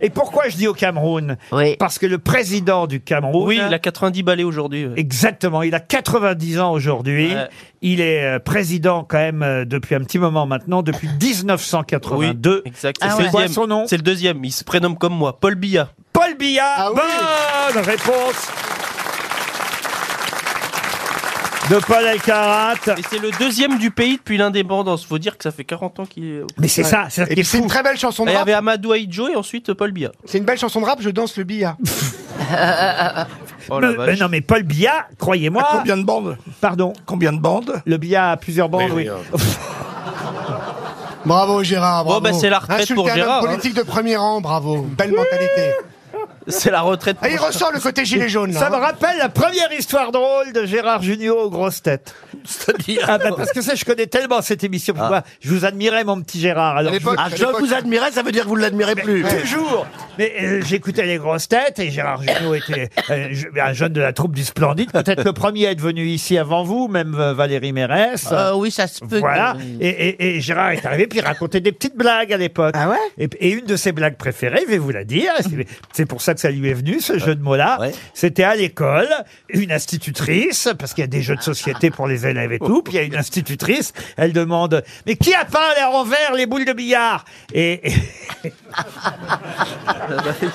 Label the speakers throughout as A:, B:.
A: Et pourquoi je dis au Cameroun
B: Oui.
A: Parce que le président du Cameroun,
C: Oui, il a 90 balais aujourd'hui. ouais.
A: exactement, il a 90 ans aujourd'hui.
C: Ouais.
A: Il est euh, président quand même euh, depuis un petit moment maintenant, depuis 1982.
C: Exact.
B: Ah
C: c'est
B: ouais.
C: le deuxième.
A: Quoi, son nom
C: C'est le deuxième. Il se prénomme comme moi, Paul Biya.
A: Paul Biya,
B: Ah oui.
A: bonne réponse de Paul Alcarat.
C: Et c'est le deuxième du pays depuis l'indépendance. Faut dire que ça fait 40 ans qu'il est. au-
A: Mais c'est ça, c'est ça
D: Et
A: qui est
D: puis c'est
A: fou.
D: une très belle chanson
C: Ah,
D: de
C: Il y
D: rap.
C: avait Amadou Aïdjo et ensuite Paul Biya.
D: C'est une belle chanson de rap, je danse le billard.
C: Oh
A: Mais-
C: la Oh vache.
A: mais non mais Paul Biya,
C: Ah.
A: croyez-moi,
E: Combien de bandes
A: pardon,
E: Combien de bandes
A: le Biya a plusieurs bandes, oui.
D: Bravo Gérard, bravo.
C: Bon, bah, c'est la retraite
D: Insulter
C: pour
D: un homme
C: Gérard, hein.
D: politique de premier rang, bravo. Belle mentalité.
C: C'est la retraite.
D: Ah, il ressort le côté gilet jaune. là,
A: Ça me
D: hein.
A: rappelle la première histoire drôle de Gérard Junior aux grosses têtes.
E: C'est-à-dire
A: Ah bah parce que ça, je connais tellement cette émission. Pourquoi Je vous admirais, mon petit Gérard. Alors, je vous-
D: l'époque,
E: Ah, je vous admirais, ça veut dire que vous ne l'admirez plus.
A: Toujours. Mais euh, j'écoutais les grosses têtes et Gérard Jugnot était euh, je- un jeune de la troupe du Splendide, peut-être le premier à être venu ici avant vous, même euh, Valérie Mérès.
E: Ah,
B: Euh, oui, ça se peut.
A: Voilà.
B: que-
A: Et, et- et Gérard est arrivé, puis il racontait des petites blagues à l'époque.
B: Ah ouais
A: et, et une de ses blagues préférées, je vais vous la dire, c'est- c'est pour ça que ça lui est venu, ce jeu de mots-là.
E: Ouais.
A: C'était à l'école, une institutrice, parce qu'il y a des jeux de société pour les élèves et tout, puis il y a une institutrice, elle demande « Mais qui a peint à l'envers les boules de billard ?» Et... et-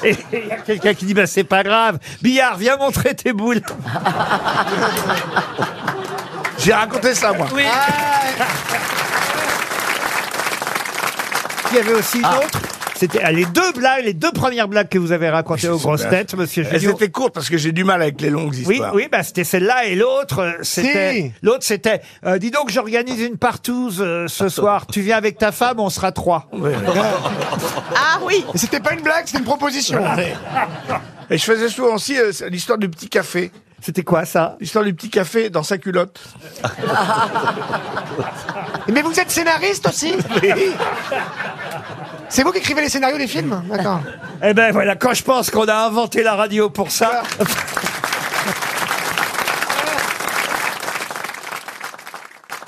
A: et il y a quelqu'un qui dit bah, c'est pas grave, billard viens montrer tes boules.
E: J'ai raconté ça, moi.
A: Oui.
B: Ah,
A: Il y avait aussi une autre. C'était ah, les deux blagues, les deux premières blagues que vous avez racontées aux grosses têtes, monsieur
E: Elles
A: Junior.
E: étaient courtes parce que j'ai du mal avec les longues
A: Oui,
E: histoires.
A: oui, bah c'était celle-là et l'autre, euh, c'était
D: Si.
A: l'autre c'était. euh, dis donc, j'organise une partouze euh, ce soir. Tu viens avec ta femme, on sera trois.
B: Ah oui
D: hein. Et C'était pas une blague, c'était une proposition.
E: Et je faisais souvent aussi euh, l'histoire du petit café.
A: C'était quoi ça
E: L'histoire du petit café dans sa culotte.
D: Mais vous êtes scénariste aussi C'est vous qui écrivez les scénarios des films D'accord.
E: Ah.
A: Eh ben voilà, quand je pense qu'on a inventé la radio pour ça.